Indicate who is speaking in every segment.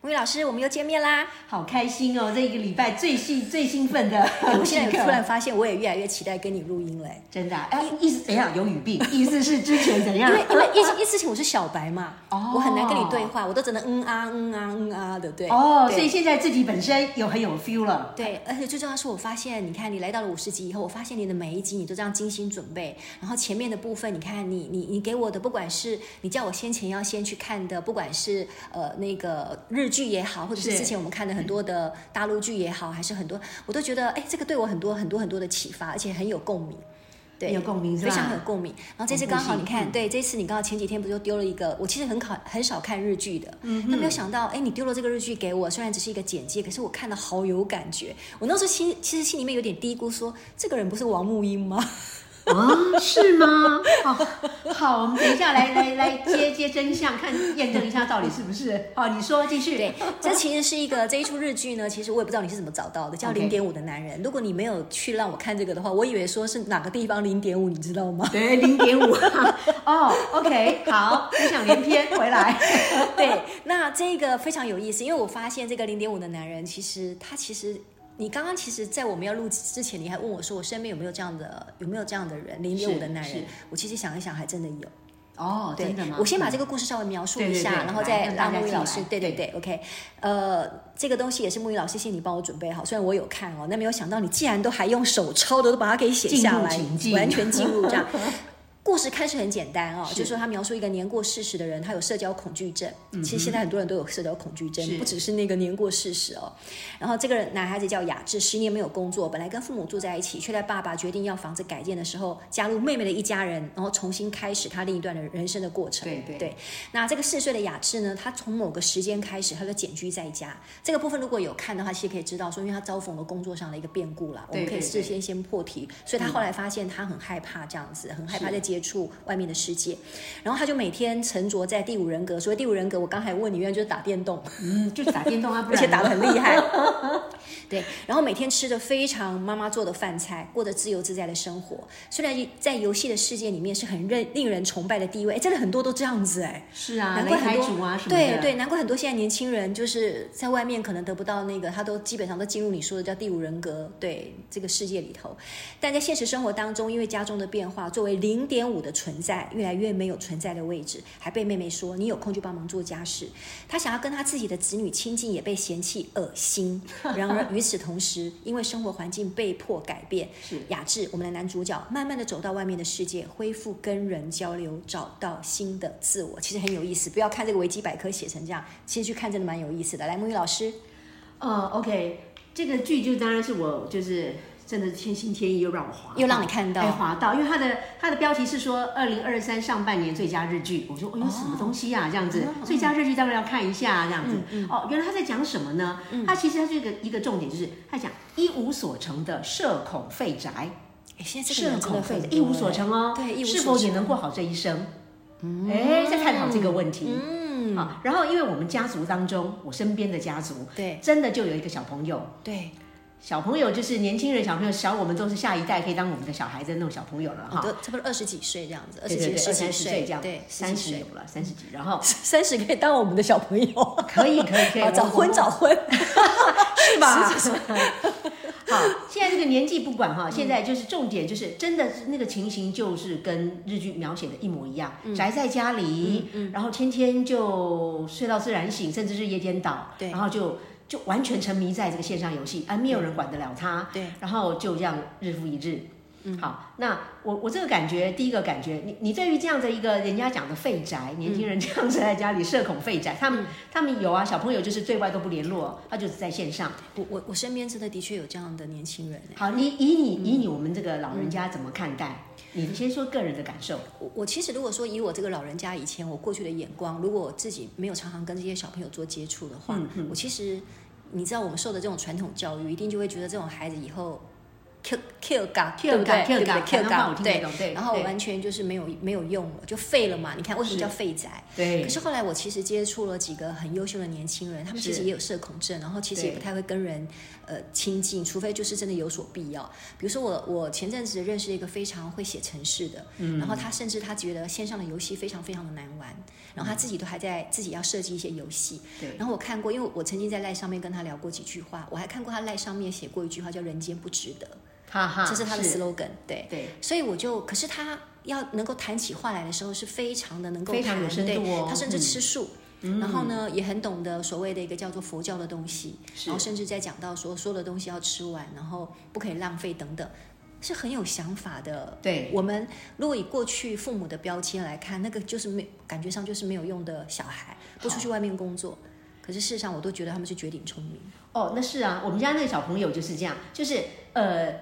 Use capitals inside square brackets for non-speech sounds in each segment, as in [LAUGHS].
Speaker 1: 木鱼老师，我们又见面啦！
Speaker 2: 好开心哦，这一个礼拜最兴最兴奋的时刻，
Speaker 1: [LAUGHS] 我现在突然发现，我也越来越期待跟你录音了、欸
Speaker 2: [LAUGHS] 真的啊哎、意思怎样？有语病，意思是之前怎样
Speaker 1: 因？为因为一一之前我是小白嘛，
Speaker 2: 嗯哦
Speaker 1: 我很难跟你对话，我都只能嗯啊嗯啊嗯啊的， [LAUGHS] 对。
Speaker 2: 哦，
Speaker 1: 对
Speaker 2: 所以现在自己本身有很有 feel 了。
Speaker 1: 对，而且最重要的是，我发现，你看你来到了五十集以后，我发现你的每一集你都这样精心准备，然后前面的部分，你看你你你给我的，不管是你叫我先前要先去看的，不管是呃那个日剧也好，或者是
Speaker 2: 是
Speaker 1: 之前我们看的很多的大陆剧也好，还是很多，我都觉得哎，这个对我很多很多很多的启发，而且很有共鸣。对，
Speaker 2: 有共鸣是吧
Speaker 1: 非常有共鸣。然后这次刚好你看，对，这次你刚好前几天不就丢了一个？我其实很考很少看日剧的，嗯，那没有想到，哎，你丢了这个日剧给我，虽然只是一个简介，可是我看的好有感觉。我那时候心其实心里面有点嘀咕说，这个人不是王木英吗？
Speaker 2: 啊，是吗？哦， [LAUGHS] 好，我们等一下来来来揭揭真相，看验证一下到底是不是。哦，你说继续。
Speaker 1: 对，这其实是一个这一出日剧呢，其实我也不知道你是怎么找到的，叫《
Speaker 2: OK
Speaker 1: 零点五的男人》。如果你没有去让我看这个的话，我以为说是哪个地方零点五，你知道吗？
Speaker 2: 对，零点五。 [LAUGHS] 哦，OK，好，你想连篇回来。
Speaker 1: [LAUGHS]
Speaker 2: [LAUGHS]
Speaker 1: 对，那这个非常有意思，因为我发现这个零点五的男人，其实他其实。你刚刚其实，在我们要录之前，你还问我说，我身边有没有这样的有没有这样的人，零点五的男
Speaker 2: 是
Speaker 1: 人？我其实想一想，还真的有。
Speaker 2: 哦，
Speaker 1: 对
Speaker 2: 真的吗？
Speaker 1: 我先把这个故事稍微描述一下，
Speaker 2: 对对对
Speaker 1: 然后
Speaker 2: 来
Speaker 1: 再
Speaker 2: 让大
Speaker 1: 让
Speaker 2: 家嗯
Speaker 1: 木鱼
Speaker 2: 进
Speaker 1: 老师
Speaker 2: 来，
Speaker 1: 对对
Speaker 2: 对
Speaker 1: 对，OK，呃，这个东西也是木鱼老师谢谢你帮我准备好，虽然我有看哦，那没有想到你竟然都还用手抄的都把它给写下来
Speaker 2: 进入情境，
Speaker 1: 完全进入
Speaker 2: [LAUGHS]
Speaker 1: 这样。故事看似很简单哦，
Speaker 2: 是
Speaker 1: 就是说他描述一个年过四十的人，他有社交恐惧症。其实现在很多人都有社交恐惧症
Speaker 2: 嗯是，
Speaker 1: 不只是那个年过四十哦。然后这个人男孩子叫雅致，十年没有工作，本来跟父母住在一起，却在爸爸决定要房子改建的时候，加入妹妹的一家人，然后重新开始他另一段的人生的过程。
Speaker 2: 嗯对对
Speaker 1: 对。那这个四岁的雅致呢，她从某个时间开始，她就简居在家。这个部分如果有看的话，其实可以知道说，因为她遭逢了工作上的一个变故啦，我
Speaker 2: 对
Speaker 1: 们可以
Speaker 2: 对
Speaker 1: 事
Speaker 2: 对
Speaker 1: 先先破题，所以她后来发现她很害怕这样子，很害怕
Speaker 2: 是
Speaker 1: 在接触外面的世界，然后她就每天沉着在第五人格。所谓第五人格，我刚才问你，原来就是打电动。
Speaker 2: 嗯，就是打电动啊，不
Speaker 1: [LAUGHS] 而
Speaker 2: 然
Speaker 1: 且打得
Speaker 2: 呢
Speaker 1: 很厉害。对，然后每天吃着非常妈妈做的饭菜，过着自由自在的生活。虽然在游戏的世界里面是很任令人崇拜的地位，哎，真的很多都这样子哎。
Speaker 2: 是啊，
Speaker 1: [LAUGHS] 难
Speaker 2: 擂
Speaker 1: 怪很
Speaker 2: 台
Speaker 1: 多
Speaker 2: 主啊什么
Speaker 1: 对
Speaker 2: 的。
Speaker 1: 对，难怪很多现在年轻人就是在外面可能得不到那个，他都基本上都进入你说的叫第五人格，对这个世界里头。但在现实生活当中，因为家中的变化，作为零点五的存在，越来越没有存在的位置，还被妹妹说你有空就帮忙做家事。他想要跟他自己的子女亲近，也被嫌弃恶
Speaker 2: [LAUGHS]
Speaker 1: 心。然而与此同时，因为生活环境被迫改变，
Speaker 2: 是
Speaker 1: 雅致我们的男主角慢慢的走到外面的世界，恢复跟人交流，找到新的自我，其实很有意思。不要看这个维基百科写成这样，其实去看真的蛮有意思的。来，木鱼老师，
Speaker 2: 呃，OK，这个剧就当然是我就是真的天心天意又让我滑到，
Speaker 1: 又让你看到
Speaker 2: 哎滑到，因为它的它的标题是说二零二三上半年最佳日剧，我说
Speaker 1: 哦
Speaker 2: 哎呦什么东西呀、这样子，最佳日剧当然要看一下这样子，
Speaker 1: 嗯
Speaker 2: 哦，原来他在讲什么呢？他其实他这个一个重点就是他讲一无所成的社恐废宅，
Speaker 1: 哎，现在这个
Speaker 2: 社
Speaker 1: 人真
Speaker 2: 恐
Speaker 1: 的
Speaker 2: 废
Speaker 1: 很
Speaker 2: 宅
Speaker 1: 多哎
Speaker 2: 一无所成哦，
Speaker 1: 对，一无所
Speaker 2: 是
Speaker 1: 成
Speaker 2: 否也能过好这一生？哎，在探讨这个问题。
Speaker 1: 嗯，
Speaker 2: 啊，然后因为我们家族当中，我身边的家族，哎
Speaker 1: 对
Speaker 2: 真的就有一个小朋友，
Speaker 1: 对，
Speaker 2: 小朋友就是年轻人，小朋友小我们都是下一代可以当我们的小孩子的那种小朋友了
Speaker 1: 很
Speaker 2: 哈。
Speaker 1: 多差不多二十几岁这样子，二
Speaker 2: 对
Speaker 1: 十
Speaker 2: 对
Speaker 1: 几、
Speaker 2: 啊对，
Speaker 1: 十几
Speaker 2: 二三十岁这样，
Speaker 1: 对，
Speaker 2: 三
Speaker 1: 几
Speaker 2: 十
Speaker 1: 岁
Speaker 2: 有了，三十几，然
Speaker 1: [LAUGHS]
Speaker 2: 后
Speaker 1: 三十可以当我们的小朋友，
Speaker 2: [LAUGHS] 可以可以可
Speaker 1: 好
Speaker 2: 以，
Speaker 1: 哦早
Speaker 2: 我
Speaker 1: 婚早
Speaker 2: [LAUGHS]
Speaker 1: 婚，
Speaker 2: 是吧？
Speaker 1: 是
Speaker 2: [LAUGHS] 好，现在这个年纪不管哈，现在就是重点就是真的是那个情形就是跟日剧描写的一模一样，
Speaker 1: 嗯
Speaker 2: 宅在家里，然后天天就睡到自然醒，甚至是夜颠倒，
Speaker 1: 对
Speaker 2: 然后就。就完全沉迷在这个线上游戏，啊，没有人管得了他，
Speaker 1: 对，
Speaker 2: 然后就这样日复一日。好，那我我这个感觉，第一个感觉，你你对于这样的一个人家讲的废宅，年轻人这样子在家里社恐废宅，他们他们有啊，小朋友就是对外都不联络，他就是在线上。
Speaker 1: 我我我身边真的的确有这样的年轻人、欸。
Speaker 2: 好，你以你以你我们这个老人家怎么看待？你先说个人的感受。
Speaker 1: 我我其实如果说以我这个老人家以前我过去的眼光，如果我自己没有常常跟这些小朋友做接触的话，
Speaker 2: 嗯
Speaker 1: 我其实你知道我们受的这种传统教育，一定就会觉得这种孩子以后 kill kill 嘎，对不对？对不对
Speaker 2: Q 港，我听得
Speaker 1: 对。
Speaker 2: 懂，对。
Speaker 1: 然后我
Speaker 2: 对
Speaker 1: 完全就是没有没有用了，就废了嘛。你看为什么
Speaker 2: 是
Speaker 1: 叫废宅？
Speaker 2: 对
Speaker 1: 可是后来我其实接触了几个很优秀的年轻人，他们其实
Speaker 2: 是
Speaker 1: 也有社恐症，然后其实
Speaker 2: 对
Speaker 1: 也不太会跟人呃亲近，除非就是真的有所必要。比如说我我前阵子认识了一个非常会写程式的，
Speaker 2: 嗯
Speaker 1: 然后他甚至他觉得线上的游戏非常非常的难玩，然后他自己都还在自己要设计一些游戏。
Speaker 2: 对
Speaker 1: 然后我看过，因为我曾经在赖上面跟他聊过几句话，我还看过他赖上面写过一句话叫“人间不值得
Speaker 2: 哈”，哈，
Speaker 1: 这是他的 slogan。对，
Speaker 2: 对，
Speaker 1: 所以我就，可是他要能够谈起话来的时候，是非常的能够
Speaker 2: 非常
Speaker 1: 谈
Speaker 2: 有深度哦嗯
Speaker 1: 对，他甚至吃素。然后呢，也很懂得所谓的一个叫做佛教的东西，
Speaker 2: 是
Speaker 1: 然后甚至在讲到说所有的东西要吃完，然后不可以浪费等等，是很有想法的。
Speaker 2: 对
Speaker 1: 我们如果以过去父母的标签来看，那个就是没感觉上就是没有用的小孩，不出去外面工作。可是事实上，我都觉得他们是绝顶聪明。
Speaker 2: 哦，那是啊，我们家那个小朋友就是这样，就是呃，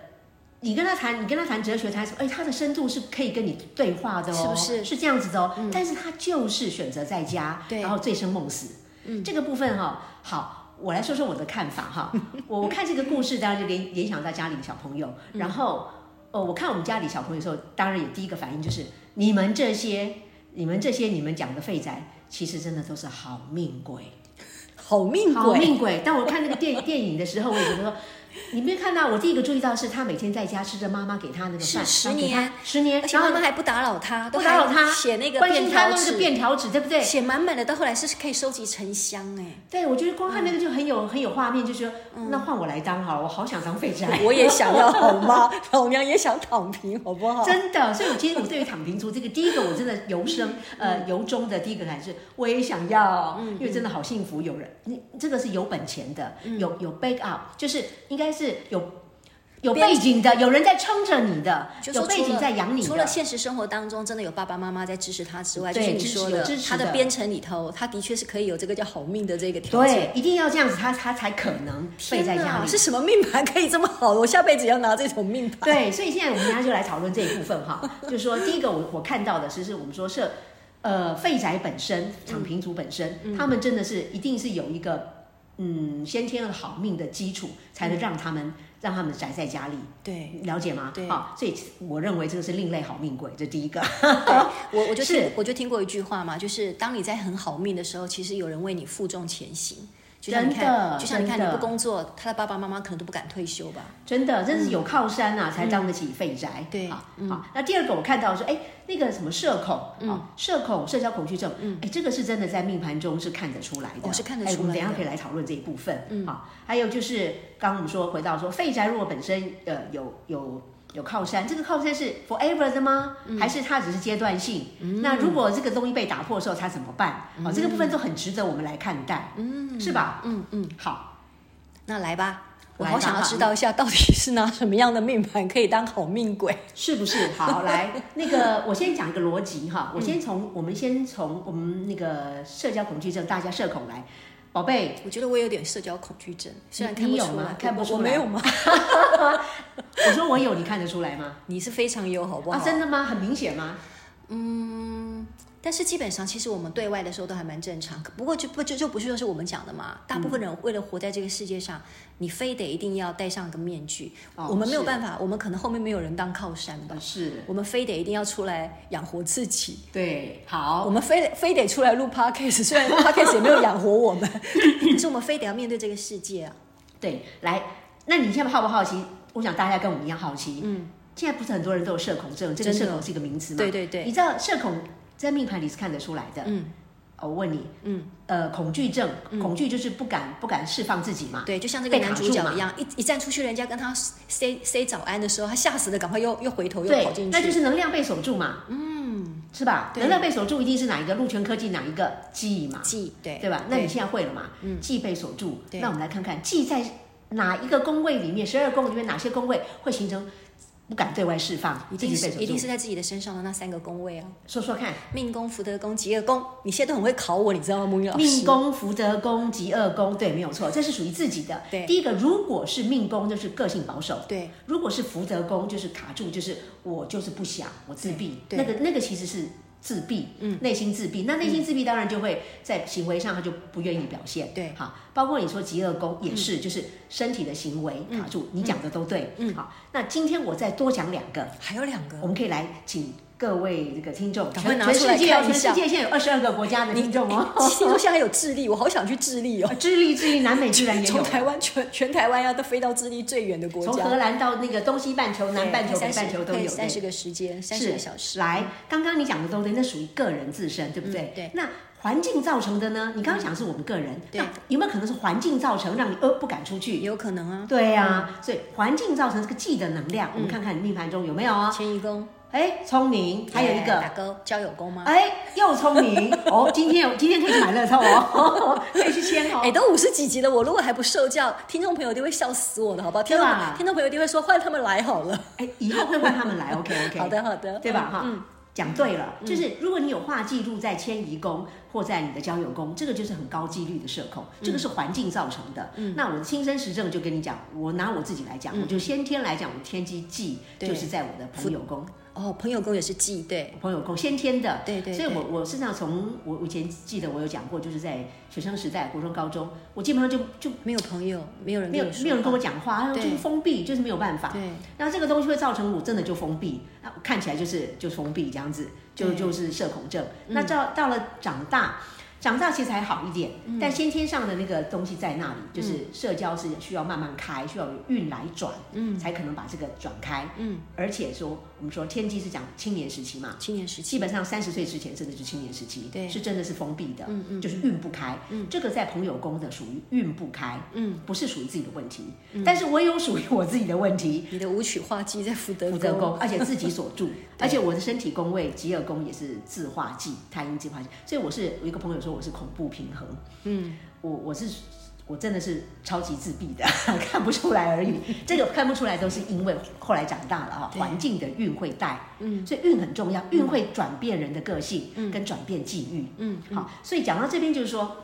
Speaker 2: 你跟他谈，你跟他谈哲学，他说，哎，他的深度是可以跟你对话的哦，
Speaker 1: 是不是嗯
Speaker 2: 是这样子的哦，但是他就是选择在家，
Speaker 1: 对
Speaker 2: 然后醉生梦死，嗯，这个部分哈、好。我来说说我的看法
Speaker 1: [LAUGHS]
Speaker 2: 哈，我我看这个故事，当然就联联想到家里的小朋友，
Speaker 1: 嗯
Speaker 2: 然后哦，我看我们家里小朋友的时候，当然也第一个反应就是你们这些、你们这些、你们讲的废宅，其实真的都是好命鬼。
Speaker 1: 好命
Speaker 2: 好
Speaker 1: 鬼，
Speaker 2: 命鬼！但我看那个电电影的 [LAUGHS] 时候，我也觉得说，你没有看到，我第一个注意到是他每天在家吃着妈妈给他那个
Speaker 1: 是
Speaker 2: 饭，
Speaker 1: 十
Speaker 2: 然后给
Speaker 1: 年
Speaker 2: 他十年，
Speaker 1: 而且
Speaker 2: 然后
Speaker 1: 他们还不打扰他，都
Speaker 2: 不打扰
Speaker 1: 还
Speaker 2: 他，
Speaker 1: 写那个
Speaker 2: 关
Speaker 1: 便
Speaker 2: 心他
Speaker 1: 条
Speaker 2: 弄那
Speaker 1: 纸
Speaker 2: 个，便条纸，对不对？
Speaker 1: 写满满的，到后来是可以收集成箱哎、
Speaker 2: 对，我觉得光看那个就很有很有画面，就说
Speaker 1: 嗯
Speaker 2: 那换我来当好了，我好想当废宅，
Speaker 1: 我也想要好吗？ [LAUGHS] 老娘也想躺平，好不好？
Speaker 2: 真的。所以，我其实我对于躺平族这个第一个，我真的由生
Speaker 1: 嗯
Speaker 2: 呃由衷的第一个感受，我也想要，因为真的好幸福，有人你这个是有本钱的，
Speaker 1: 嗯
Speaker 2: 有有 back up，就是应该是有。有
Speaker 1: 边
Speaker 2: 背景的，有人在撑着你的，
Speaker 1: 就说
Speaker 2: 有背
Speaker 1: 除
Speaker 2: 景
Speaker 1: 了
Speaker 2: 在养你
Speaker 1: 除了
Speaker 2: 的，
Speaker 1: 现实生活当中真的有爸爸妈妈在支持他之外，就
Speaker 2: 对
Speaker 1: 是你
Speaker 2: 支持
Speaker 1: 说
Speaker 2: 有
Speaker 1: 的，
Speaker 2: 支持
Speaker 1: 他的
Speaker 2: 的
Speaker 1: 编程里头，他的确是可以有这个叫好命的这个条件。
Speaker 2: 对，一定要这样子，他他才可能背在
Speaker 1: 天
Speaker 2: 家
Speaker 1: 哪，
Speaker 2: 里。
Speaker 1: 是什么命盘可以这么好？我下辈子要拿这种命 [LAUGHS] 盘。
Speaker 2: 对，所以现在我们家就来讨论这一部分哈，就是说第一个我我看到的，其实我们说社呃废宅本身、躺平族本身，他们真的是一定是有一个嗯先天的好命的基础，才能让他们、让他们宅在家里，
Speaker 1: [LAUGHS] 对，
Speaker 2: 了解吗？
Speaker 1: 对
Speaker 2: 好，所以我认为这个是另类好命鬼，这第一个。
Speaker 1: 我我就是听我就听过一句话嘛，就是当你在很好命的时候，其实有人为你负重前行。就像你
Speaker 2: 真的
Speaker 1: 看，就像你看，你
Speaker 2: 真的
Speaker 1: 不工作，他的爸爸妈妈可能都不敢退休吧？
Speaker 2: 真的，真是有靠山啊，才当得起废宅。
Speaker 1: 嗯对嗯
Speaker 2: 好，好。那第二个我看到说，哎，那个什么社恐，啊，社恐、社交恐惧症，哎，这个是真的在命盘中是看得出来的，
Speaker 1: 嗯哦是看得
Speaker 2: 哎
Speaker 1: 出
Speaker 2: 我们等一
Speaker 1: 来
Speaker 2: 下
Speaker 1: 的嗯
Speaker 2: 可以来讨论这一部分。好，还有就是刚刚我们说回到说废宅如果本身呃有有。有靠山，这个靠山是 forever 的吗？
Speaker 1: 嗯
Speaker 2: 还是它只是阶段性？那如果这个东西被打破的时候，它怎么办？哦，这个部分都很值得我们来看待，嗯，是吧？
Speaker 1: 嗯嗯，
Speaker 2: 好，
Speaker 1: 那来吧，我
Speaker 2: 来吧
Speaker 1: 好想要知道一下，到底是拿什么样的命盘可以当好命鬼？
Speaker 2: 是
Speaker 1: [LAUGHS]
Speaker 2: 不是？好，来，那个我先讲一个逻辑哈，
Speaker 1: 嗯
Speaker 2: 我先从、我们先从我们那个社交恐惧症，大家社恐来，宝
Speaker 1: [LAUGHS]
Speaker 2: 贝，
Speaker 1: 我觉得我有点社交恐惧症，虽然看
Speaker 2: 你
Speaker 1: 不
Speaker 2: 有
Speaker 1: 出
Speaker 2: 吗
Speaker 1: 来，
Speaker 2: 看不
Speaker 1: 我
Speaker 2: 出来
Speaker 1: 我没有吗？
Speaker 2: 我说我有，你看得出来吗？
Speaker 1: 你是非常有，好不好？
Speaker 2: 啊，真的吗？很明显吗？
Speaker 1: 但是基本上，其实我们对外的时候都还蛮正常。不过就不就就不是说是我们讲的嘛，大部分人为了活在这个世界上，你非得一定要戴上个面具。
Speaker 2: 哦
Speaker 1: 我们没有
Speaker 2: 是
Speaker 1: 办法，我们可能后面没有人当靠山吧
Speaker 2: 啊，，是，
Speaker 1: 我们非得一定要出来养活自己。
Speaker 2: 对，好
Speaker 1: 我，们非得非得出来录 podcast，虽然 podcast 也没有养活我们，可是我们非得要面对这个世界 [LAUGHS] 啊。
Speaker 2: 对，来，那你现在好不好奇？我想大家跟我们一样好奇，嗯，现在不是很多人都有社恐症，这个
Speaker 1: 真的
Speaker 2: 社恐是一个名词嘛？
Speaker 1: 对对对
Speaker 2: 你知道社恐在命盘里是看得出来的，
Speaker 1: 嗯。
Speaker 2: 哦，我问你，嗯，呃，恐惧症，恐惧就是不敢、不敢释放自己嘛，
Speaker 1: 对，就像这个
Speaker 2: 被卡
Speaker 1: 男主
Speaker 2: 住
Speaker 1: 角
Speaker 2: 嘛
Speaker 1: 一样，一一站出去，人家跟他 say say 早安的时候，他吓死了，赶快又又回头又跑
Speaker 2: 对，
Speaker 1: 进去。
Speaker 2: 那就是能量被锁住嘛，嗯，是吧？
Speaker 1: 对
Speaker 2: 能量被锁住一定是哪一个陆泉科技哪一个记嘛，
Speaker 1: 记对
Speaker 2: 对吧？那你现在会了嘛？嗯，记被锁住，
Speaker 1: 对
Speaker 2: 那我们来看看记在哪一个宫位里面，十二宫里面哪些宫位会形成不敢对外释放，
Speaker 1: 一定
Speaker 2: 自
Speaker 1: 是
Speaker 2: 己被锁
Speaker 1: 一定
Speaker 2: 住
Speaker 1: 是在自己的身上的那三个宫位啊，
Speaker 2: 说说看，
Speaker 1: 命宫、福德宫、吉厄宫，你现在都很会考我，你知道吗，木鱼老师？
Speaker 2: 命宫、福德宫、极恶宫，对，没有错，这是属于自己的。
Speaker 1: 对
Speaker 2: 第一个如果是命宫，就是个性保守；
Speaker 1: 对，
Speaker 2: 如果是福德宫，就是卡住，就是我就是不想，我自闭。
Speaker 1: 对
Speaker 2: 那个那个其实是自闭，嗯，内心自闭。那内心自闭当然就会在行为上，他就不愿意表现。
Speaker 1: 对嗯
Speaker 2: 好，包括你说极恶宫也是，就是身体的行为卡住，你讲的都对。嗯，好，那今天我再多讲两个，
Speaker 1: 还有两
Speaker 2: 我
Speaker 1: 个，
Speaker 2: 们可以来请各位这个听众，
Speaker 1: 赶快
Speaker 2: 全
Speaker 1: 拿
Speaker 2: 全
Speaker 1: 出来
Speaker 2: 世界哦，
Speaker 1: 看一
Speaker 2: 全世
Speaker 1: 下
Speaker 2: 界现在有二十二个国家的听众哦。
Speaker 1: 听说现在还有智利，我好想去智利哦 [LAUGHS]
Speaker 2: 啊。 [LAUGHS] 智利，智利，南美居然也
Speaker 1: 从
Speaker 2: 有，
Speaker 1: 台湾全全台湾要到飞到智利最远的国
Speaker 2: 从
Speaker 1: 家，
Speaker 2: 荷兰到那个东西半球、南半球、北半球都有。
Speaker 1: 三十
Speaker 2: 对
Speaker 1: 个时间，三十个小时。
Speaker 2: 来，刚刚你讲的都对，那属于个人自身，对不对？
Speaker 1: 嗯对嗯
Speaker 2: 那环境造成的呢？你刚刚讲是我们个人，
Speaker 1: 对
Speaker 2: 那有没有可能是环境造成让你呃不敢出去？
Speaker 1: 有可能啊。
Speaker 2: 对呀、所以环境造成这个气的能量，我们看看命盘中有没有哦。
Speaker 1: 迁移宫，
Speaker 2: 哎，聪明，还有一个
Speaker 1: 打勾交友宫吗？
Speaker 2: 哎又聪
Speaker 1: [LAUGHS]
Speaker 2: 明哦，今天有今天可以去买乐透哦， [LAUGHS] 可以去签哦。
Speaker 1: 哎，都五十几集了，我如果还不受教，听众朋友一定会笑死我的，好不好？听
Speaker 2: 对啊
Speaker 1: 众
Speaker 2: 吧
Speaker 1: 听众朋友一定会说换他们来好了。
Speaker 2: 哎，以后会换他们来，OK OK。
Speaker 1: 好的，好的，
Speaker 2: 对吧？哈、
Speaker 1: 嗯，
Speaker 2: 讲对了，就是如果你有化记录在迁移宫或在你的交友宫，这个就是很高几率的社恐，
Speaker 1: 嗯
Speaker 2: 这个是环境造成的。那我亲身实证就跟你讲，我拿我自己来讲，我就先天来讲，我天机忌
Speaker 1: 嗯对
Speaker 2: 就是在我的朋友宫，
Speaker 1: 哦，朋友宫也是忌，对，
Speaker 2: 朋友宫先天的。
Speaker 1: 对对
Speaker 2: 所以
Speaker 1: 对
Speaker 2: 我我身上从我我以前记得我有讲过，就是在学生时代，国中、高中，我基本上就就
Speaker 1: 没有朋友，没有人
Speaker 2: 没
Speaker 1: 跟
Speaker 2: 有
Speaker 1: 你说
Speaker 2: 没有人跟我
Speaker 1: 话
Speaker 2: 讲话，就
Speaker 1: 对
Speaker 2: 是封闭，就是没有办法。
Speaker 1: 对，
Speaker 2: 那这个东西会造成我真的就封闭，啊，看起来就是就封闭这样子，就
Speaker 1: 对
Speaker 2: 就是社恐症。那到到了长大，长大其实还好一点，但先天上的那个东西在那里，就是社交是需要慢慢开，需要有运来转，嗯，才可能把这个转开，嗯。而且说，我们说天机是讲青年时期嘛，
Speaker 1: 青年时期
Speaker 2: 基本上三十岁之前真的就是青年时期，
Speaker 1: 对
Speaker 2: 是真的是封闭的，嗯嗯，就是运不开，嗯，这个在朋友宫的属于运不开，嗯，不是属于自己的问题，但是我有属于我自己的问题，
Speaker 1: 你的舞曲化忌在福德
Speaker 2: 福德 [LAUGHS] 宫，而且自己所住，而且我的身体宫位吉尔宫也是自化忌，太阴自化忌，所以我是我一个朋友说我是恐怖平衡，嗯，我我是我真的是超级自闭的， [LAUGHS] 看不出来而已。这个看不出来都是因为后来长大了啊，
Speaker 1: 对
Speaker 2: 环境的运会带，嗯，所以运很重要，运会转变人的个性，跟转变际遇，嗯，好，所以讲到这边就是说。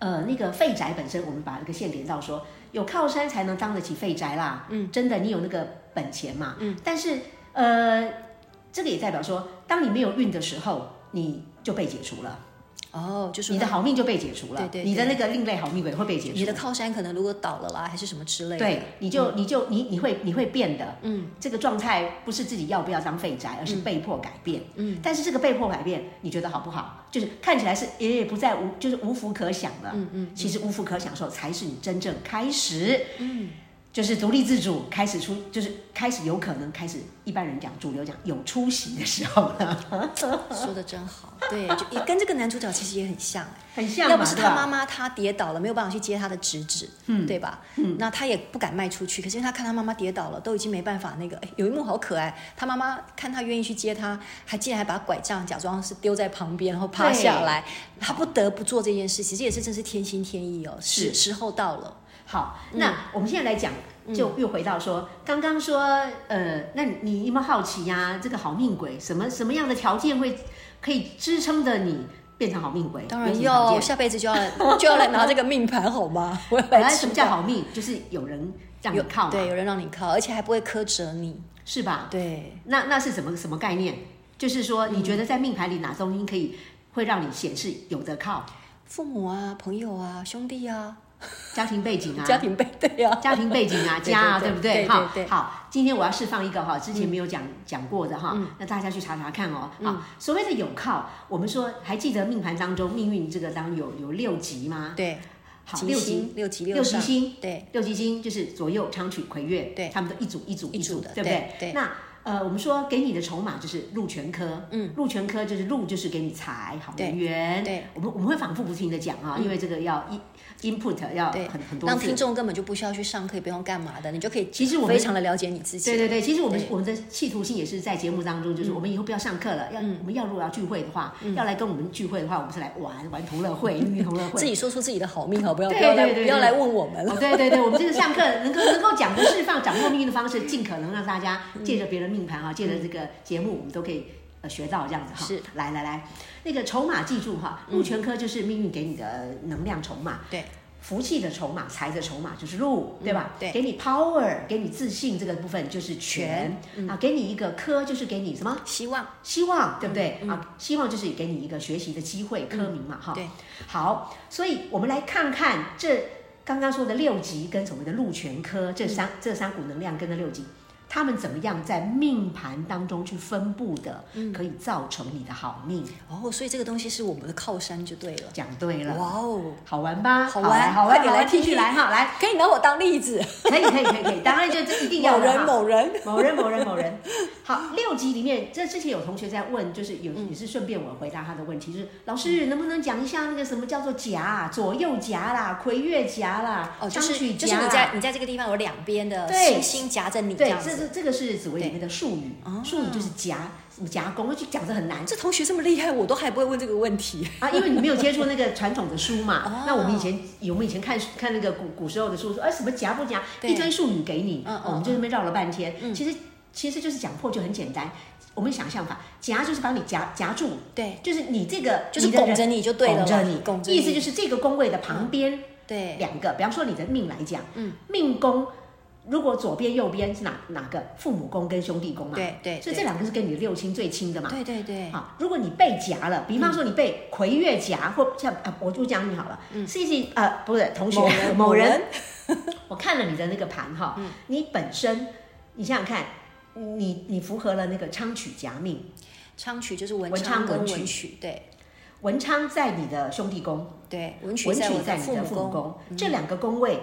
Speaker 2: 呃，那个废宅本身，我们把这个线连到说，有靠山才能当得起废宅啦。嗯，真的，你有那个本钱嘛。嗯，但是呃，这个也代表说，当你没有运的时候，你就被解除了，
Speaker 1: 哦，就是
Speaker 2: 你的好命就被解除了，
Speaker 1: 对对对
Speaker 2: 你的那个另类好命鬼会被解除。
Speaker 1: 你的靠山可能如果倒了啦，还是什么之类的，
Speaker 2: 对，你就、你就你你会你会变的，嗯，这个状态不是自己要不要当废宅，而是被迫改变，嗯，但是这个被迫改变，你觉得好不好？就是看起来是也也不再无，就是无福可享了，嗯嗯，其实无福可享受才是你真正开始，嗯，就是独立自主，开始出，就是开始有可能开始，一般人讲主流讲有出息的时候了，
Speaker 1: 说的真好，对，就也跟这个男主角其实也很像哎。
Speaker 2: 很像嘛，
Speaker 1: 要不是
Speaker 2: 对
Speaker 1: 他
Speaker 2: 吧
Speaker 1: 妈妈，他跌倒了，没有办法去接他的侄子，
Speaker 2: 嗯
Speaker 1: 对吧？那他也不敢迈出去。可是因为他看他妈妈跌倒了，都已经没办法那个。哎有一幕好可爱，他妈妈看他愿意去接他，还竟然还把拐杖假装是丢在旁边，然后趴下来。他不得不做这件事，其实也是真是天心天意哦。时
Speaker 2: 是
Speaker 1: 时候到了，
Speaker 2: 好，
Speaker 1: 嗯
Speaker 2: 那我们现在来讲，就又回到说，刚刚说，呃，那你有没有好奇呀、这个好命鬼什么什么样的条件会可以支撑着你变成好命鬼？
Speaker 1: 当然
Speaker 2: 有什么条
Speaker 1: 要
Speaker 2: 件
Speaker 1: 下辈子就要来就要来拿这个命盘好吗？我要
Speaker 2: 本
Speaker 1: 来
Speaker 2: 来
Speaker 1: 知
Speaker 2: 哎什么
Speaker 1: 道
Speaker 2: 叫好命？就是有人让你
Speaker 1: 有
Speaker 2: 靠
Speaker 1: 对，
Speaker 2: 嘛，
Speaker 1: 有人让你靠，而且还不会苛责你，
Speaker 2: 是吧？
Speaker 1: 对。
Speaker 2: 那那是什么什么概念？就是说，你觉得在命盘里哪东西可以会让你显示有的靠？
Speaker 1: 父母啊，朋友啊，兄弟啊，
Speaker 2: 家庭背景啊，
Speaker 1: 家庭背对啊，
Speaker 2: 家庭背景啊，
Speaker 1: [LAUGHS] 对
Speaker 2: 家啊，
Speaker 1: 对
Speaker 2: 对不
Speaker 1: 对
Speaker 2: 对？
Speaker 1: 对
Speaker 2: 哈
Speaker 1: 对，嗯
Speaker 2: 好，今天我要释放一个哈，之前没有讲讲过的哈，那大家去查查看哦。好，所谓的有靠，我们说还记得命盘当中命运这个当中有有六级吗？
Speaker 1: 对，
Speaker 2: 好，
Speaker 1: 吉
Speaker 2: 六
Speaker 1: 星
Speaker 2: 级，
Speaker 1: 六级
Speaker 2: 六级
Speaker 1: 上
Speaker 2: 星，
Speaker 1: 对，
Speaker 2: 六级星就是左右昌曲魁月，
Speaker 1: 对
Speaker 2: 他们都一组一组
Speaker 1: 一组
Speaker 2: 组
Speaker 1: 的
Speaker 2: 对不对？
Speaker 1: 对对
Speaker 2: 那。呃，我们说给你的筹码就是禄全科，嗯，禄全科就是禄就是给你财好
Speaker 1: 对
Speaker 2: 人缘，
Speaker 1: 对，嗯
Speaker 2: 我们我们会反复不停的讲啊，因为这个要 in input 要
Speaker 1: 对
Speaker 2: 啊很很，多
Speaker 1: 让
Speaker 2: 次
Speaker 1: 听众根本就不需要去上课，也不用干嘛的，你就可以
Speaker 2: 其实我们
Speaker 1: 非常的了解你自己。
Speaker 2: 对对对，其实我们
Speaker 1: 对嗯
Speaker 2: 我们的企图性也是在节目当中，就是我们以后不要上课了，要我们要如果要聚会的话，要来跟我们聚会的话，我们是来玩玩同乐会，因为同乐
Speaker 1: 自
Speaker 2: 会。
Speaker 1: 己说出自己的好命好，不要
Speaker 2: 对
Speaker 1: 不要来
Speaker 2: 对对
Speaker 1: 不要
Speaker 2: 对
Speaker 1: 来问我们
Speaker 2: 哦
Speaker 1: 了。，
Speaker 2: 对对对，我们这个上课能够能够讲的释放、掌握命运的方式，尽可能让大家
Speaker 1: 嗯
Speaker 2: 借着别人命盘啊，借着这个节目，我们都可以呃学到这样子哈。
Speaker 1: 是，嗯
Speaker 2: 来来来，那个筹码记住哈，禄全科就是命运给你的能量筹码，
Speaker 1: 对，
Speaker 2: 福气的筹码、财的筹码就是禄，对吧？
Speaker 1: 嗯对
Speaker 2: 给你 power，给你自信这个部分就是权
Speaker 1: 嗯
Speaker 2: 啊，给你一个科就是给你什么
Speaker 1: 希望
Speaker 2: 希望，对不对、啊？希望就是给你一个学习的机会，科名嘛，哈、
Speaker 1: 嗯对，
Speaker 2: 好，所以我们来看看这刚刚说的六级跟所谓的禄全科这三、
Speaker 1: 嗯
Speaker 2: 这三股能量跟这六级，他们怎么样在命盘当中去分布的，
Speaker 1: 嗯
Speaker 2: 可以造成你的好命。
Speaker 1: 哦，所以这个东西是我们的靠山就对了。
Speaker 2: 讲对了，
Speaker 1: 哇哦，
Speaker 2: 好玩吧？
Speaker 1: 好
Speaker 2: 玩，
Speaker 1: 玩
Speaker 2: 好
Speaker 1: 快
Speaker 2: 玩，
Speaker 1: 点
Speaker 2: 好
Speaker 1: 来
Speaker 2: 玩，
Speaker 1: 听
Speaker 2: 继续
Speaker 1: 听
Speaker 2: 来哈，来，
Speaker 1: 可以拿我当例子，
Speaker 2: 可以，可以，可以，可以，当然就这一定要
Speaker 1: 某
Speaker 2: 的
Speaker 1: 人
Speaker 2: 哈
Speaker 1: 某人，
Speaker 2: 某人某人
Speaker 1: [LAUGHS]
Speaker 2: 某人，好，六集里面，这之前有同学在问，就是有
Speaker 1: 嗯
Speaker 2: 也是顺便我回答他的问题，就是老师能不能讲一下那个什么叫做夹啊左右夹啦、魁月夹啦、
Speaker 1: 哦，就
Speaker 2: 张曲
Speaker 1: 是就是
Speaker 2: 夹
Speaker 1: 你
Speaker 2: 啦
Speaker 1: 在你在这个地方有两边的
Speaker 2: 对
Speaker 1: 星星夹着你这
Speaker 2: 对
Speaker 1: 样，
Speaker 2: 这
Speaker 1: 子。
Speaker 2: 是这个是紫薇里面的术语
Speaker 1: 哦，
Speaker 2: 术语就是夹什么夹攻，就讲的很难
Speaker 1: 这同学这么厉害，我都还不会问这个问题。
Speaker 2: 啊，因为你没有接触那个传统的书
Speaker 1: 哦
Speaker 2: 嘛。那我们以前有我们以前看看那个古古时候的书，说哎什么夹不夹，
Speaker 1: 对
Speaker 2: 一堆术语给你，
Speaker 1: 嗯
Speaker 2: 哦
Speaker 1: 嗯
Speaker 2: 我们就那边绕了半天。其实其实就是讲破就很简单，我们想象法，夹就是把你夹夹住，
Speaker 1: 对，
Speaker 2: 就是你这个
Speaker 1: 就是
Speaker 2: 你的人
Speaker 1: 拱着你就对了啦，
Speaker 2: 拱着你，
Speaker 1: 拱着
Speaker 2: 意思就是这个宫位的旁边
Speaker 1: 对，
Speaker 2: 两个，比方说你的命来讲，
Speaker 1: 嗯，
Speaker 2: 命宫如果左边右边是哪哪个父母宫跟兄弟宫嘛，
Speaker 1: 对对
Speaker 2: 所
Speaker 1: 对
Speaker 2: 以这两个是跟你的六亲最亲的嘛。啊
Speaker 1: 对对对，
Speaker 2: 好，如果你被夹了，比方说你被魁月
Speaker 1: 嗯
Speaker 2: 夹，或像啊，我就讲你好了，C C 呃，不是同学 [LAUGHS]
Speaker 1: 某人嗯
Speaker 2: 某
Speaker 1: 某
Speaker 2: 人
Speaker 1: 人，
Speaker 2: 我看了你的那个盘哈，你本身你想想看，你你符合了那个昌曲夹命，
Speaker 1: 昌曲就是文
Speaker 2: 文
Speaker 1: 昌
Speaker 2: 昌
Speaker 1: 跟
Speaker 2: 文曲
Speaker 1: 文曲，对
Speaker 2: 文昌在你的兄弟宫，
Speaker 1: 对，文曲
Speaker 2: 文
Speaker 1: 在
Speaker 2: 曲
Speaker 1: 我
Speaker 2: 在
Speaker 1: 的
Speaker 2: 你
Speaker 1: 父
Speaker 2: 的
Speaker 1: 母
Speaker 2: 父母
Speaker 1: 宫，嗯
Speaker 2: 宫，这两个宫位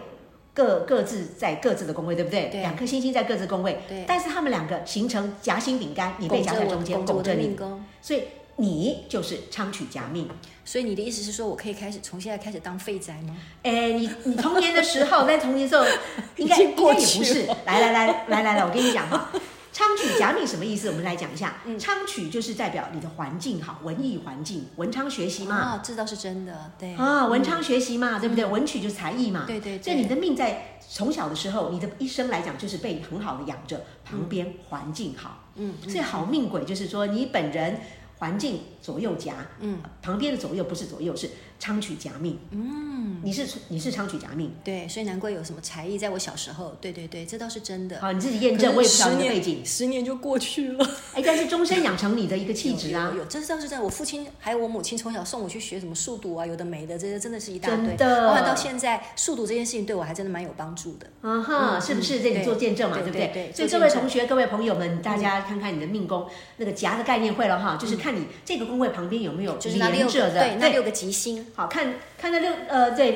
Speaker 2: 各各自在各自的宫位，对不对？
Speaker 1: 对
Speaker 2: 两颗星星在各自宫位
Speaker 1: 对，
Speaker 2: 但是他们两个形成夹心饼干，你被
Speaker 1: 拱
Speaker 2: 夹
Speaker 1: 着
Speaker 2: 在
Speaker 1: 我
Speaker 2: 中间，
Speaker 1: 拱着我
Speaker 2: 拱着
Speaker 1: 的命
Speaker 2: 你，
Speaker 1: 宫。
Speaker 2: 所以你就是昌曲夹命。
Speaker 1: 所以你的意思是说，我可以开始从现在开始当废宅吗？
Speaker 2: 哎，你你童年的时候，在童
Speaker 1: [LAUGHS]
Speaker 2: 年的时候，应该
Speaker 1: 已经
Speaker 2: 应
Speaker 1: 过
Speaker 2: 该
Speaker 1: 去
Speaker 2: 也不是。来来来来来来，我跟你讲哈，昌曲夹命什么意思？我们来讲一下。
Speaker 1: 嗯
Speaker 2: 昌曲就是代表你的环境好，文艺环境，文昌学习嘛。
Speaker 1: 啊，这倒是真的，对
Speaker 2: 啊，文
Speaker 1: 嗯
Speaker 2: 昌学习嘛，对不对？文曲就是才艺嘛。
Speaker 1: 对对对
Speaker 2: 所以你的命在从小的时候，你的一生来讲，就是被很好的养着，旁边环境好。
Speaker 1: 嗯，
Speaker 2: 所以好命鬼就是说，你本人环境左右夹，
Speaker 1: 嗯，
Speaker 2: 旁边的左右不是左右，是昌曲夹命。嗯，你是你是昌曲夹命。
Speaker 1: 对，所以难怪有什么才艺，在我小时候，对对对，这倒是真的。
Speaker 2: 好，你自己验证，我也不知道你的背景。
Speaker 1: 十年就过去了。
Speaker 2: 哎，但是终身养成你的 [LAUGHS] 一个气质啊
Speaker 1: [LAUGHS] 有，有，有这倒是真的。我父亲还有我母亲从小送我去学什么数独啊，有的没的，这些真的是一大堆。
Speaker 2: 真的
Speaker 1: 包含到现在，数独这件事情对我还真的蛮有帮助的。
Speaker 2: 啊哈，是不是？这你做见证嘛，
Speaker 1: 嗯对
Speaker 2: 对不
Speaker 1: 对对嗯
Speaker 2: 对？所以
Speaker 1: 做见
Speaker 2: 各位
Speaker 1: 证
Speaker 2: 同学、各位朋友们，大家看看你的命宫那个夹的概念会了哈，就是看你这个宫位旁边有没有
Speaker 1: 嗯就是那
Speaker 2: 连
Speaker 1: 六
Speaker 2: 着
Speaker 1: 个，
Speaker 2: 的，
Speaker 1: 对，那六个吉星，
Speaker 2: 好看看那六呃对。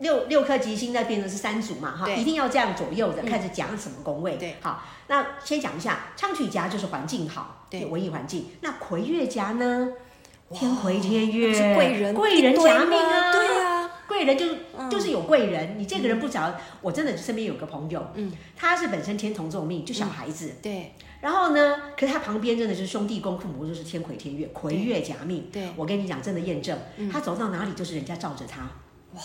Speaker 2: 六六颗吉星再变成是三组嘛，哈，
Speaker 1: 对嗯
Speaker 2: 一定要这样左右的，看是夹什么宫位。
Speaker 1: 对，
Speaker 2: 好，那先讲一下昌曲夹就是环境好，
Speaker 1: 对
Speaker 2: 有文艺环境。那魁月夹呢？天魁天月
Speaker 1: 是贵人，
Speaker 2: 贵人
Speaker 1: 一堆
Speaker 2: 夹命
Speaker 1: 吗
Speaker 2: 啊，
Speaker 1: 对啊，
Speaker 2: 贵人就是就是有贵人，你这个人不找，我真的身边有个朋友，嗯，他是本身天同重命，
Speaker 1: 嗯
Speaker 2: 就小孩子，
Speaker 1: 对
Speaker 2: 然后呢，可是他旁边真的就是兄弟宫父母宫就是天魁天月，魁月夹命，
Speaker 1: 对嗯
Speaker 2: 我跟你讲，真的验证，他走到哪里就是人家罩着他，哇，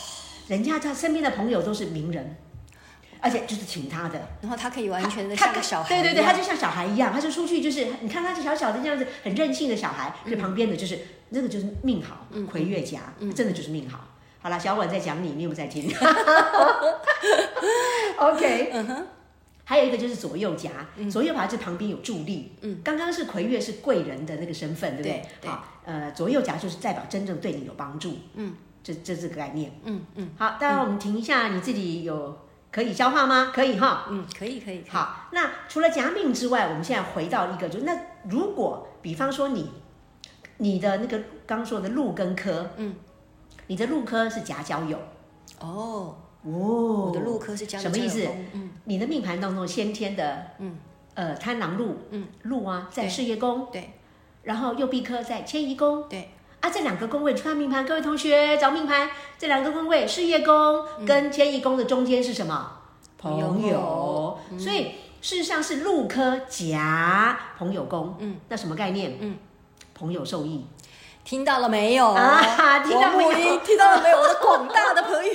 Speaker 2: 人家他身边的朋友都是名人，而且就是请他的，
Speaker 1: 然后他可以完全的
Speaker 2: 他
Speaker 1: 像个小孩
Speaker 2: 对
Speaker 1: 一样，
Speaker 2: 对对，他就像小孩一样，他就出去就是，你看他这小小的这样子，很任性的小孩，这
Speaker 1: 嗯
Speaker 2: 旁边的就是那个就是命好，魁月夹，真的就是命好。好啦，小婉在讲你，你有没有
Speaker 1: [LAUGHS]
Speaker 2: 在听？OK，还
Speaker 1: 嗯
Speaker 2: 有一个就是左右夹，左右夹就是旁边有助力。嗯，刚刚是魁月是贵人的那个身份，对不对？
Speaker 1: 对
Speaker 2: 好，呃，左右夹就是代表真正对你有帮助。嗯，这这是个概念。
Speaker 1: 嗯嗯
Speaker 2: 好，当然我们停一下，你自己有可以消化吗？可以哈。
Speaker 1: 嗯，可以可以，可以，
Speaker 2: 好，那除了夹命之外，我们现在回到一个，就是那如果比方说你你的那个刚说的禄跟科，嗯，你的禄科是夹交友，
Speaker 1: 哦，
Speaker 2: 哦
Speaker 1: 我的路科是交
Speaker 2: 什么意思
Speaker 1: 交友宫嗯
Speaker 2: 你的命盘当中先天的嗯呃贪狼路，
Speaker 1: 嗯，
Speaker 2: 路啊在
Speaker 1: 对
Speaker 2: 事业宫，
Speaker 1: 对
Speaker 2: 然后右弼科在迁移宫。
Speaker 1: 对，
Speaker 2: 啊，这两个宫位，去看命盘，各位同学找命盘，这两个宫位，事业宫跟迁移宫的中间是什么？
Speaker 1: 朋友嗯
Speaker 2: 所以事实上是禄科夹朋友宫，
Speaker 1: 嗯，
Speaker 2: 那什么概念？
Speaker 1: 嗯，
Speaker 2: 朋友受益。
Speaker 1: 听到了没有？
Speaker 2: 啊听到没有
Speaker 1: 王母音听到了没有？我的广大的朋
Speaker 2: [LAUGHS]
Speaker 1: 友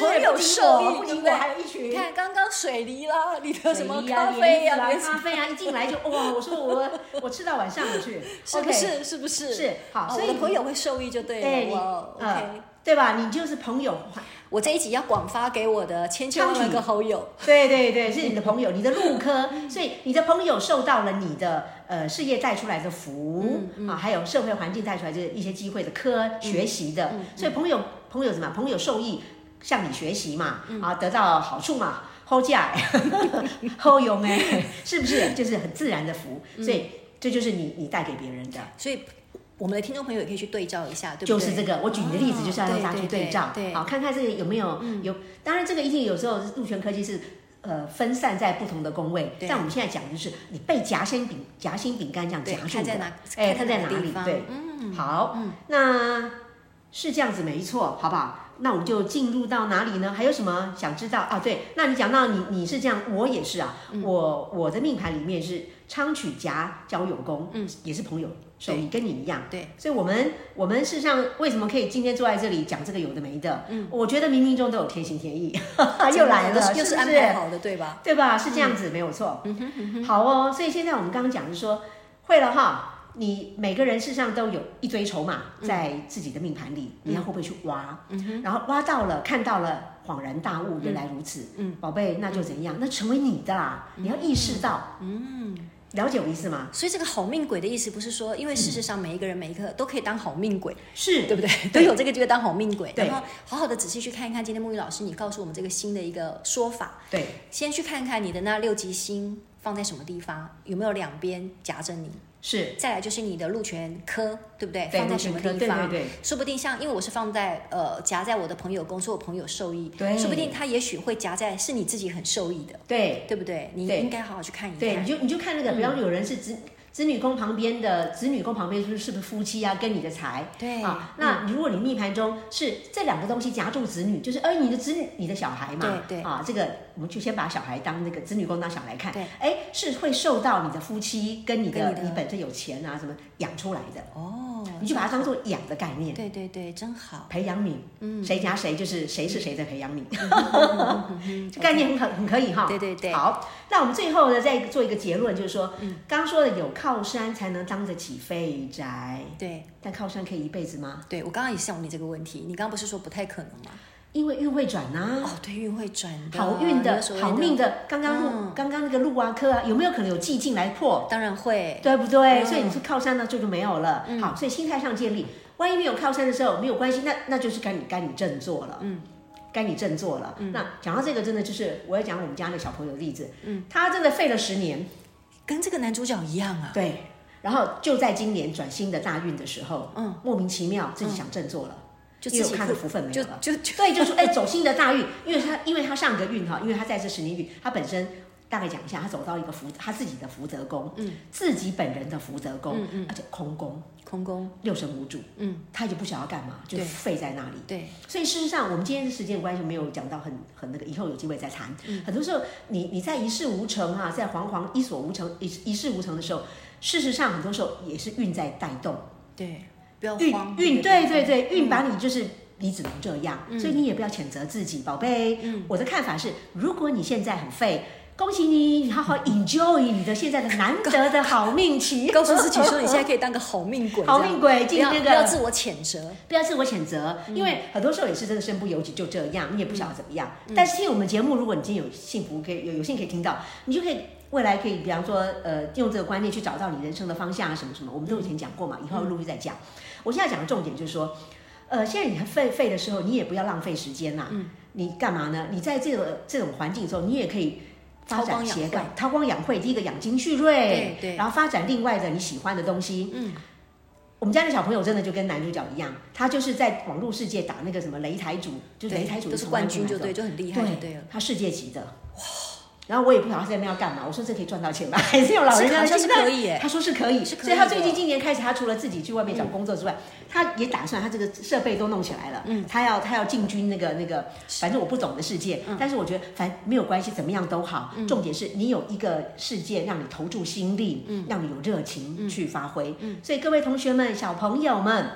Speaker 1: 朋友受益，
Speaker 2: 不
Speaker 1: 对
Speaker 2: 仅
Speaker 1: 不对？
Speaker 2: 我还有一
Speaker 1: 你
Speaker 2: 群。
Speaker 1: 看刚刚水梨啦，你的什么
Speaker 2: 水梨啊
Speaker 1: 咖啡呀、
Speaker 2: 莲
Speaker 1: 莲
Speaker 2: 子啊咖啡
Speaker 1: [LAUGHS]
Speaker 2: 啊，一进来就哇！我说我我吃到晚上我去，
Speaker 1: 是不
Speaker 2: OK，
Speaker 1: 是？是不是？
Speaker 2: 是好
Speaker 1: 啊
Speaker 2: 所以
Speaker 1: 我的朋友会受益就对了。
Speaker 2: 对你
Speaker 1: 哇，OK、
Speaker 2: 呃对吧？你就是朋友，
Speaker 1: 我这一集要广发给我的千千万万个好友。
Speaker 2: 对对对，是你的朋友，你的路科，所以你的朋友受到了你的呃事业带出来的福、啊，还有社会环境带出来的一些机会的科学习的，所以朋友朋友怎么样朋友受益，向你学习嘛，啊，得到好处嘛。后 [LAUGHS] 价，后用哎，是不是？就是很自然的福，所以这就是你你带给别人的，
Speaker 1: 所以我们的听众朋友也可以去对照一下，对不对？
Speaker 2: 就是这个。我举你的例子，就是要让大家去
Speaker 1: 哦对
Speaker 2: 对照，
Speaker 1: 对对嗯
Speaker 2: 好看看这个有没有有。当然，这个一定有时候入权科技是。呃，分散在不同的工位，
Speaker 1: 对
Speaker 2: 但我们现在讲的就是你被夹心饼、夹心饼干这样
Speaker 1: 对
Speaker 2: 夹住
Speaker 1: 看在
Speaker 2: 的
Speaker 1: 哪，
Speaker 2: 哎，
Speaker 1: 看
Speaker 2: 看
Speaker 1: 在
Speaker 2: 在
Speaker 1: 哪
Speaker 2: 哪
Speaker 1: 地
Speaker 2: 里？
Speaker 1: 方嗯
Speaker 2: 对，好，那是这样子没错，好不好？那我们就进入到哪里呢？还有什么想知道啊？对，那你讲到你你是这样，我也是啊，
Speaker 1: 嗯
Speaker 2: 我我的命盘里面是昌曲夹交友宫，嗯，也是朋友，所以跟你一样。
Speaker 1: 对，
Speaker 2: 所以我们我们事实上为什么可以今天坐在这里讲这个有的没的？嗯，我觉得冥冥中都有天心天意， [LAUGHS] 又来了，
Speaker 1: 又
Speaker 2: 是
Speaker 1: 是
Speaker 2: 不
Speaker 1: 安
Speaker 2: 是
Speaker 1: 排？好的，对吧？
Speaker 2: 对吧？是这样子，没有错。好哦，所以现在我们刚刚讲的是说，会了哈。你每个人事实上都有一堆筹码在自己的命盘里，你要会不会去挖？然后挖到了，看到了，恍然大悟，原来如此。嗯，宝贝，那就怎样？那成为你的啦，你要意识到。嗯，了解我意思吗？
Speaker 1: 所以这个好命鬼的意思不是说，因为事实上每一个人每一个都可以当好命鬼，
Speaker 2: 是
Speaker 1: 对不对？都有这个机会当好命鬼，
Speaker 2: 对
Speaker 1: 然后好好的仔细去看一看今天木鱼老师你告诉我们这个新的一个说法，
Speaker 2: 对，
Speaker 1: 先去看看你的那六级星放在什么地方，有没有两边夹着你，
Speaker 2: 是
Speaker 1: 再来就是你的禄权科，对不对？
Speaker 2: 对
Speaker 1: 放在
Speaker 2: 禄
Speaker 1: 什
Speaker 2: 权
Speaker 1: 么
Speaker 2: 科
Speaker 1: 地
Speaker 2: 对
Speaker 1: 方？
Speaker 2: 对对
Speaker 1: 说不定像，因为我是放在呃夹在我的朋友工作，所以我朋友受益，
Speaker 2: 对
Speaker 1: 说不定他也许会夹在是你自己很受益的，
Speaker 2: 对
Speaker 1: 对不对？你
Speaker 2: 对
Speaker 1: 应该好好去看一
Speaker 2: 对，你
Speaker 1: 看。
Speaker 2: 就你就看那个，比方有人是子子女宫旁边的子女宫旁边是不是不是夫妻啊，跟你的财。
Speaker 1: 对嗯
Speaker 2: 啊，那如果你命盘中是这两个东西夹住子女，就是哎，你的子女，你的小孩嘛，
Speaker 1: 对对
Speaker 2: 啊，这个我们就先把小孩当那个子女宫当小孩看，
Speaker 1: 对，
Speaker 2: 哎，是会受到你的夫妻跟你的
Speaker 1: 跟你的
Speaker 2: 本身有钱啊什么养出来的，
Speaker 1: 哦，
Speaker 2: 你就把它当做养的概念，
Speaker 1: 对对对，真
Speaker 2: [LAUGHS]
Speaker 1: 好。
Speaker 2: 培养皿，嗯，谁夹谁就是谁是谁在培养皿，这
Speaker 1: 嗯 OK
Speaker 2: 概念很可很可以哈。
Speaker 1: 对对嗯对
Speaker 2: 好，那我们最后呢，再做一个结论，就是说，刚刚说的有靠山才能当得起废宅，
Speaker 1: 嗯对
Speaker 2: 但靠山可以一辈子吗？
Speaker 1: 对，我刚刚也想问你这个问题，你刚刚不是说不太可能吗？
Speaker 2: 因为运会转啊呐、
Speaker 1: 哦，对，运会转的，嗯
Speaker 2: 嗯好运
Speaker 1: 有
Speaker 2: 的
Speaker 1: 所谓、
Speaker 2: 好命，的，刚刚路、刚刚那个路啊、科啊，有没有可能有寂静来破？
Speaker 1: 当然会。
Speaker 2: 对不对？
Speaker 1: 嗯
Speaker 2: 所以你是靠山呢，这就没有了。好，所以心态上建立，万一没有靠山的时候没有关系，那那就是该你该你振作了。嗯。该你振作了。
Speaker 1: 嗯
Speaker 2: 那讲到这个，真的就是我要讲我们家那小朋友的例子。嗯，他真的废了十年，
Speaker 1: 跟这个男主角一样啊。
Speaker 2: 对，然后就在今年转新的大运的时候，
Speaker 1: 嗯
Speaker 2: 嗯，莫名其妙自己想振作了，
Speaker 1: 就
Speaker 2: 因为
Speaker 1: 自己
Speaker 2: 我看了
Speaker 1: 会
Speaker 2: 福分没
Speaker 1: 就
Speaker 2: 有了。
Speaker 1: 就就
Speaker 2: [LAUGHS] 对，就说哎，走新的大运，因为他因为他上个运哈，因为他在这十年运，他本身大概讲一下，他走到一个福他自己的福德宫，嗯，自己本人的福德宫，嗯而且空宫
Speaker 1: [LAUGHS] 空宫，
Speaker 2: 六神无主，
Speaker 1: 嗯，
Speaker 2: 他就不晓得干嘛，就
Speaker 1: 对
Speaker 2: 废在那里。
Speaker 1: 对
Speaker 2: 所以事实上，我们今天的时间关系没有讲到很很那个，以后有机会再谈。很多时候你，你在一事无成啊，在惶惶一所无成一一事无成的时候，事实上很多时候也是运在带动，
Speaker 1: 对，不要
Speaker 2: 运
Speaker 1: 慌。
Speaker 2: 运
Speaker 1: 不对嗯
Speaker 2: 对对对，运把你就是。你只能这样，所以你也不要谴责自己，宝贝。
Speaker 1: 嗯
Speaker 2: 我的看法是，如果你现在很废，恭喜你，你好好 enjoy 你的现在的难得的好
Speaker 1: [LAUGHS]
Speaker 2: 命期。
Speaker 1: 告诉自己说，你现在可以当个好命鬼，
Speaker 2: 好命鬼
Speaker 1: 这
Speaker 2: 进
Speaker 1: 样
Speaker 2: 那
Speaker 1: 不要不要
Speaker 2: 个
Speaker 1: 自我谴责。
Speaker 2: 不要自我谴责，
Speaker 1: 嗯
Speaker 2: 因为很多时候也是真的身不由己，就这样，你也不晓得怎么样。
Speaker 1: 嗯
Speaker 2: 但是听我们节目，如果你今天有幸福，可以有有幸可以听到，你就可以未来可以，比方说，呃，用这个观念去找到你人生的方向啊，什么什么，我们都以前讲过嘛，以后陆续再讲。
Speaker 1: 嗯
Speaker 2: 我现在讲的重点就是说，呃，现在你还废废的时候，你也不要浪费时间呐、你干嘛呢？你在这个这种环境中，你也可以。发
Speaker 1: 韬光
Speaker 2: 展
Speaker 1: 养
Speaker 2: 斜
Speaker 1: 晦
Speaker 2: 杠，韬光养晦。第一个养精蓄锐
Speaker 1: 对，对
Speaker 2: 然后发展另外的你喜欢的东西。嗯，我们家的小朋友真的就跟男主角一样，他就是在网络世界打那个什么擂台主，就是
Speaker 1: 对
Speaker 2: 擂台主
Speaker 1: 都是冠军，就
Speaker 2: 从
Speaker 1: 对，
Speaker 2: 来不
Speaker 1: 就很厉
Speaker 2: 买
Speaker 1: 害，
Speaker 2: 的
Speaker 1: 就对了。
Speaker 2: 他世界级的。哇！然后我也不晓得他在那边要干嘛，我说这可以赚到钱吧？ [LAUGHS] 还是有老人家
Speaker 1: 是好像是
Speaker 2: 现在
Speaker 1: 可以耶
Speaker 2: 他说是可以，
Speaker 1: 是可以
Speaker 2: 所以他
Speaker 1: 的
Speaker 2: 最近今年开始，他除了自己去外面找工作之外，他也打算他这个设备都弄起来了，嗯，他要他要进军那个那个，反正我不懂的世界，但是我觉得反正没有关系，怎么样都好，重点是你有一个世界让你投注心力，嗯，让你有热情去发挥，嗯，所以各位同学们、小朋友们。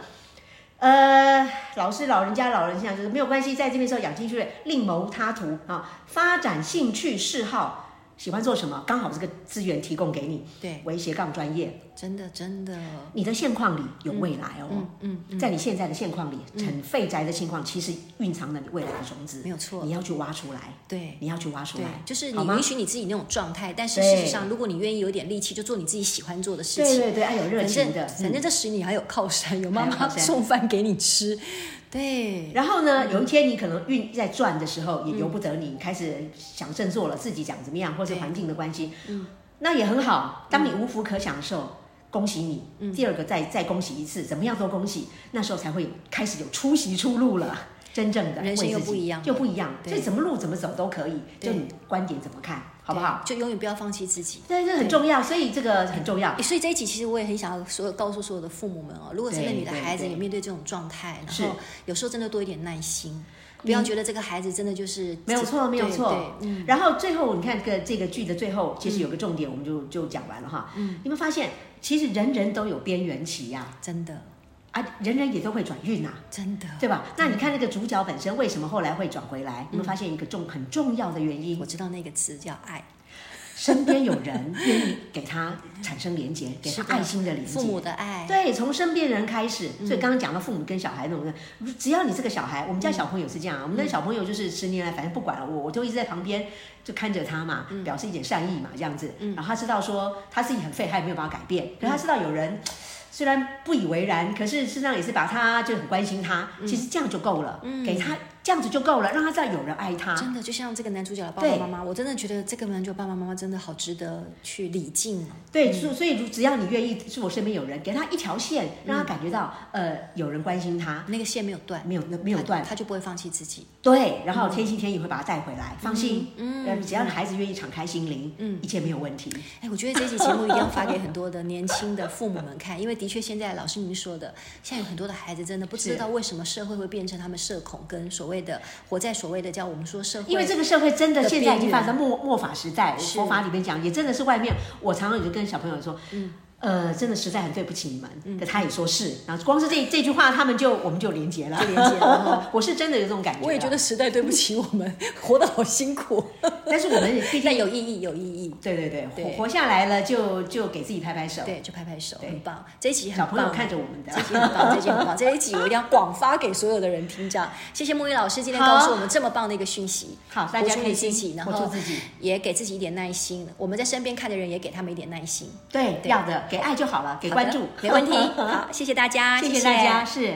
Speaker 2: 呃，老师、老人家、老人家就是没有关系，在这边时候养精蓄锐，另谋他途啊，发展兴趣嗜好，喜欢做什么，刚好这个资源提供给你。
Speaker 1: 对，
Speaker 2: 为斜杠专业，
Speaker 1: 真的真的，
Speaker 2: 你的现况里有未来哦，
Speaker 1: 嗯，
Speaker 2: 在你现在的现况里，很废宅的情况，其实蕴藏了你未来的种子，
Speaker 1: 没有错
Speaker 2: 你要去挖出来，
Speaker 1: 对。
Speaker 2: 你要去挖出
Speaker 1: 对
Speaker 2: 来，，
Speaker 1: 就是
Speaker 2: 好
Speaker 1: 你
Speaker 2: 吗
Speaker 1: 允许你自己那种状态，但是
Speaker 2: 对
Speaker 1: 事实上，如果你愿意有点力气，就做你自己喜欢做的事
Speaker 2: 对
Speaker 1: 情。
Speaker 2: 对对，要有热
Speaker 1: 反
Speaker 2: 情
Speaker 1: 正
Speaker 2: 的，嗯
Speaker 1: 反正这十年还有靠山，有妈
Speaker 2: 还有
Speaker 1: 妈
Speaker 2: 靠山
Speaker 1: 送饭给你吃，对，
Speaker 2: 然后
Speaker 1: 嗯
Speaker 2: 呢，有一天你可能运在转的时候，也由不得你开始想振作了，自己想怎么样，或是环境的关系，
Speaker 1: 嗯
Speaker 2: 那也很好。当你无福可享受，恭喜
Speaker 1: 嗯
Speaker 2: 你。第二个再再恭喜一次，怎么样都恭喜，那时候才会开始有出息出路了。真正的
Speaker 1: 嗯人生
Speaker 2: 为自
Speaker 1: 又不
Speaker 2: 己
Speaker 1: 一样了
Speaker 2: 就不一样。
Speaker 1: 对
Speaker 2: 所以怎么路怎么走都可以，
Speaker 1: 对
Speaker 2: 就你观点怎么看，好不好？
Speaker 1: 对？就永远不要放弃自己。
Speaker 2: 对，这很重要，所以这个很重要。
Speaker 1: 欸所以这一集其实我也很想要所有告诉所有的父母们哦，如果真的
Speaker 2: 对
Speaker 1: 你的
Speaker 2: 对
Speaker 1: 孩子
Speaker 2: 对
Speaker 1: 也面对这种状态，
Speaker 2: 是嗯
Speaker 1: 然后有时候真的多一点耐心，不要觉得这个孩子真的就是
Speaker 2: 没有错，
Speaker 1: 对
Speaker 2: 没有错
Speaker 1: 对。嗯
Speaker 2: 然后最后你看这个这个剧的最后，其实有个重点，我们就就讲完了哈。嗯，你有没有发现，其实人人都有边缘期呀、
Speaker 1: 真的
Speaker 2: 啊，人人也都会转运呐、啊
Speaker 1: 真的，
Speaker 2: 对吧？那你看那个主角本身为什么后来会转回来？你有没有发现一个重很重要的原
Speaker 1: 嗯
Speaker 2: 因
Speaker 1: 我？知道那个词叫爱，
Speaker 2: 身边有人愿意给他产生
Speaker 1: [LAUGHS]
Speaker 2: 连接，给他
Speaker 1: 是的
Speaker 2: 爱心的连接。
Speaker 1: 父母的爱，
Speaker 2: 对，从身边人开始。所以刚刚讲到父母跟小孩那种，只要你这个小孩，我们家小朋友是这样啊，我们的小朋友就是十年来，反正不管了我，我就一直在旁边就看着他嘛，表示一点善意嘛，这样子。然后他知道说他自己很废，他也没有办法改变，可是他知道有人。虽然不以为然，可是事实上也是把他就很关心他，其实这样就够了，给他这样子就够了，让他知道有人爱他。
Speaker 1: 真的就像这个男主角的爸
Speaker 2: 对
Speaker 1: 爸妈妈，我真的觉得这个男主角爸爸妈妈真的好值得去礼敬哦。
Speaker 2: 对，所所以如只要你愿意，是我身边有人给他一条线，让他感觉到、呃有人关心他，
Speaker 1: 那个线没有断，
Speaker 2: 没有没有
Speaker 1: 他
Speaker 2: 断，
Speaker 1: 他就不会放弃自己。
Speaker 2: 对，然后天心天意会把他带回来，放心，嗯，只要孩子愿意敞开心灵，嗯，一切没有问题。
Speaker 1: 哎，我觉得这期节目一定要发给很多的年轻的父母们看，因为的确现在老师您说的，现在有很多的孩子真的不知道为什么社会会变成他们社恐跟所谓的活在所谓的叫我们说社会，
Speaker 2: 因为这个社会真的
Speaker 1: 的
Speaker 2: 现在已
Speaker 1: 边
Speaker 2: 经
Speaker 1: 缘
Speaker 2: 发生末末法时代，
Speaker 1: 是
Speaker 2: 佛法里面讲也真的是外面，我常常也就跟小朋友说，嗯。呃，真的实在很对不起你们，
Speaker 1: 嗯
Speaker 2: 可他也说是，然后光是这这句话，他们就我们就连结了，
Speaker 1: 就连结
Speaker 2: [LAUGHS]
Speaker 1: 了哦
Speaker 2: 我是真的有这种感觉，
Speaker 1: 我也觉，得时代对不起我们，活得好辛苦，
Speaker 2: 但是我们也
Speaker 1: [LAUGHS]
Speaker 2: 毕
Speaker 1: 但
Speaker 2: 竟，
Speaker 1: 有意义，有意义。
Speaker 2: 对对对，
Speaker 1: 对
Speaker 2: 活活下来了就就给自己拍拍手，
Speaker 1: 对，就拍拍手，
Speaker 2: 对
Speaker 1: 很棒。这一集很
Speaker 2: 小
Speaker 1: 棒，
Speaker 2: 朋友看着我们的
Speaker 1: 这一，集很棒，这一集很棒，这一集我一定要广发给所有的人听。这样，谢谢木鱼老师今天告诉我们这么棒的一个讯息。
Speaker 2: 好，大
Speaker 1: 活
Speaker 2: 家
Speaker 1: 出
Speaker 2: 开
Speaker 1: 你自
Speaker 2: 心，
Speaker 1: 己，然
Speaker 2: 活出
Speaker 1: 后
Speaker 2: 自己，
Speaker 1: 也给自己一点耐心。我们在身边看的人也给他们一点耐心。
Speaker 2: 对，
Speaker 1: 对
Speaker 2: 要的，给爱就好了，给
Speaker 1: 好
Speaker 2: 关 [LAUGHS]
Speaker 1: 的
Speaker 2: 注，
Speaker 1: 没问题。好，谢谢大家，
Speaker 2: 谢谢大家，是。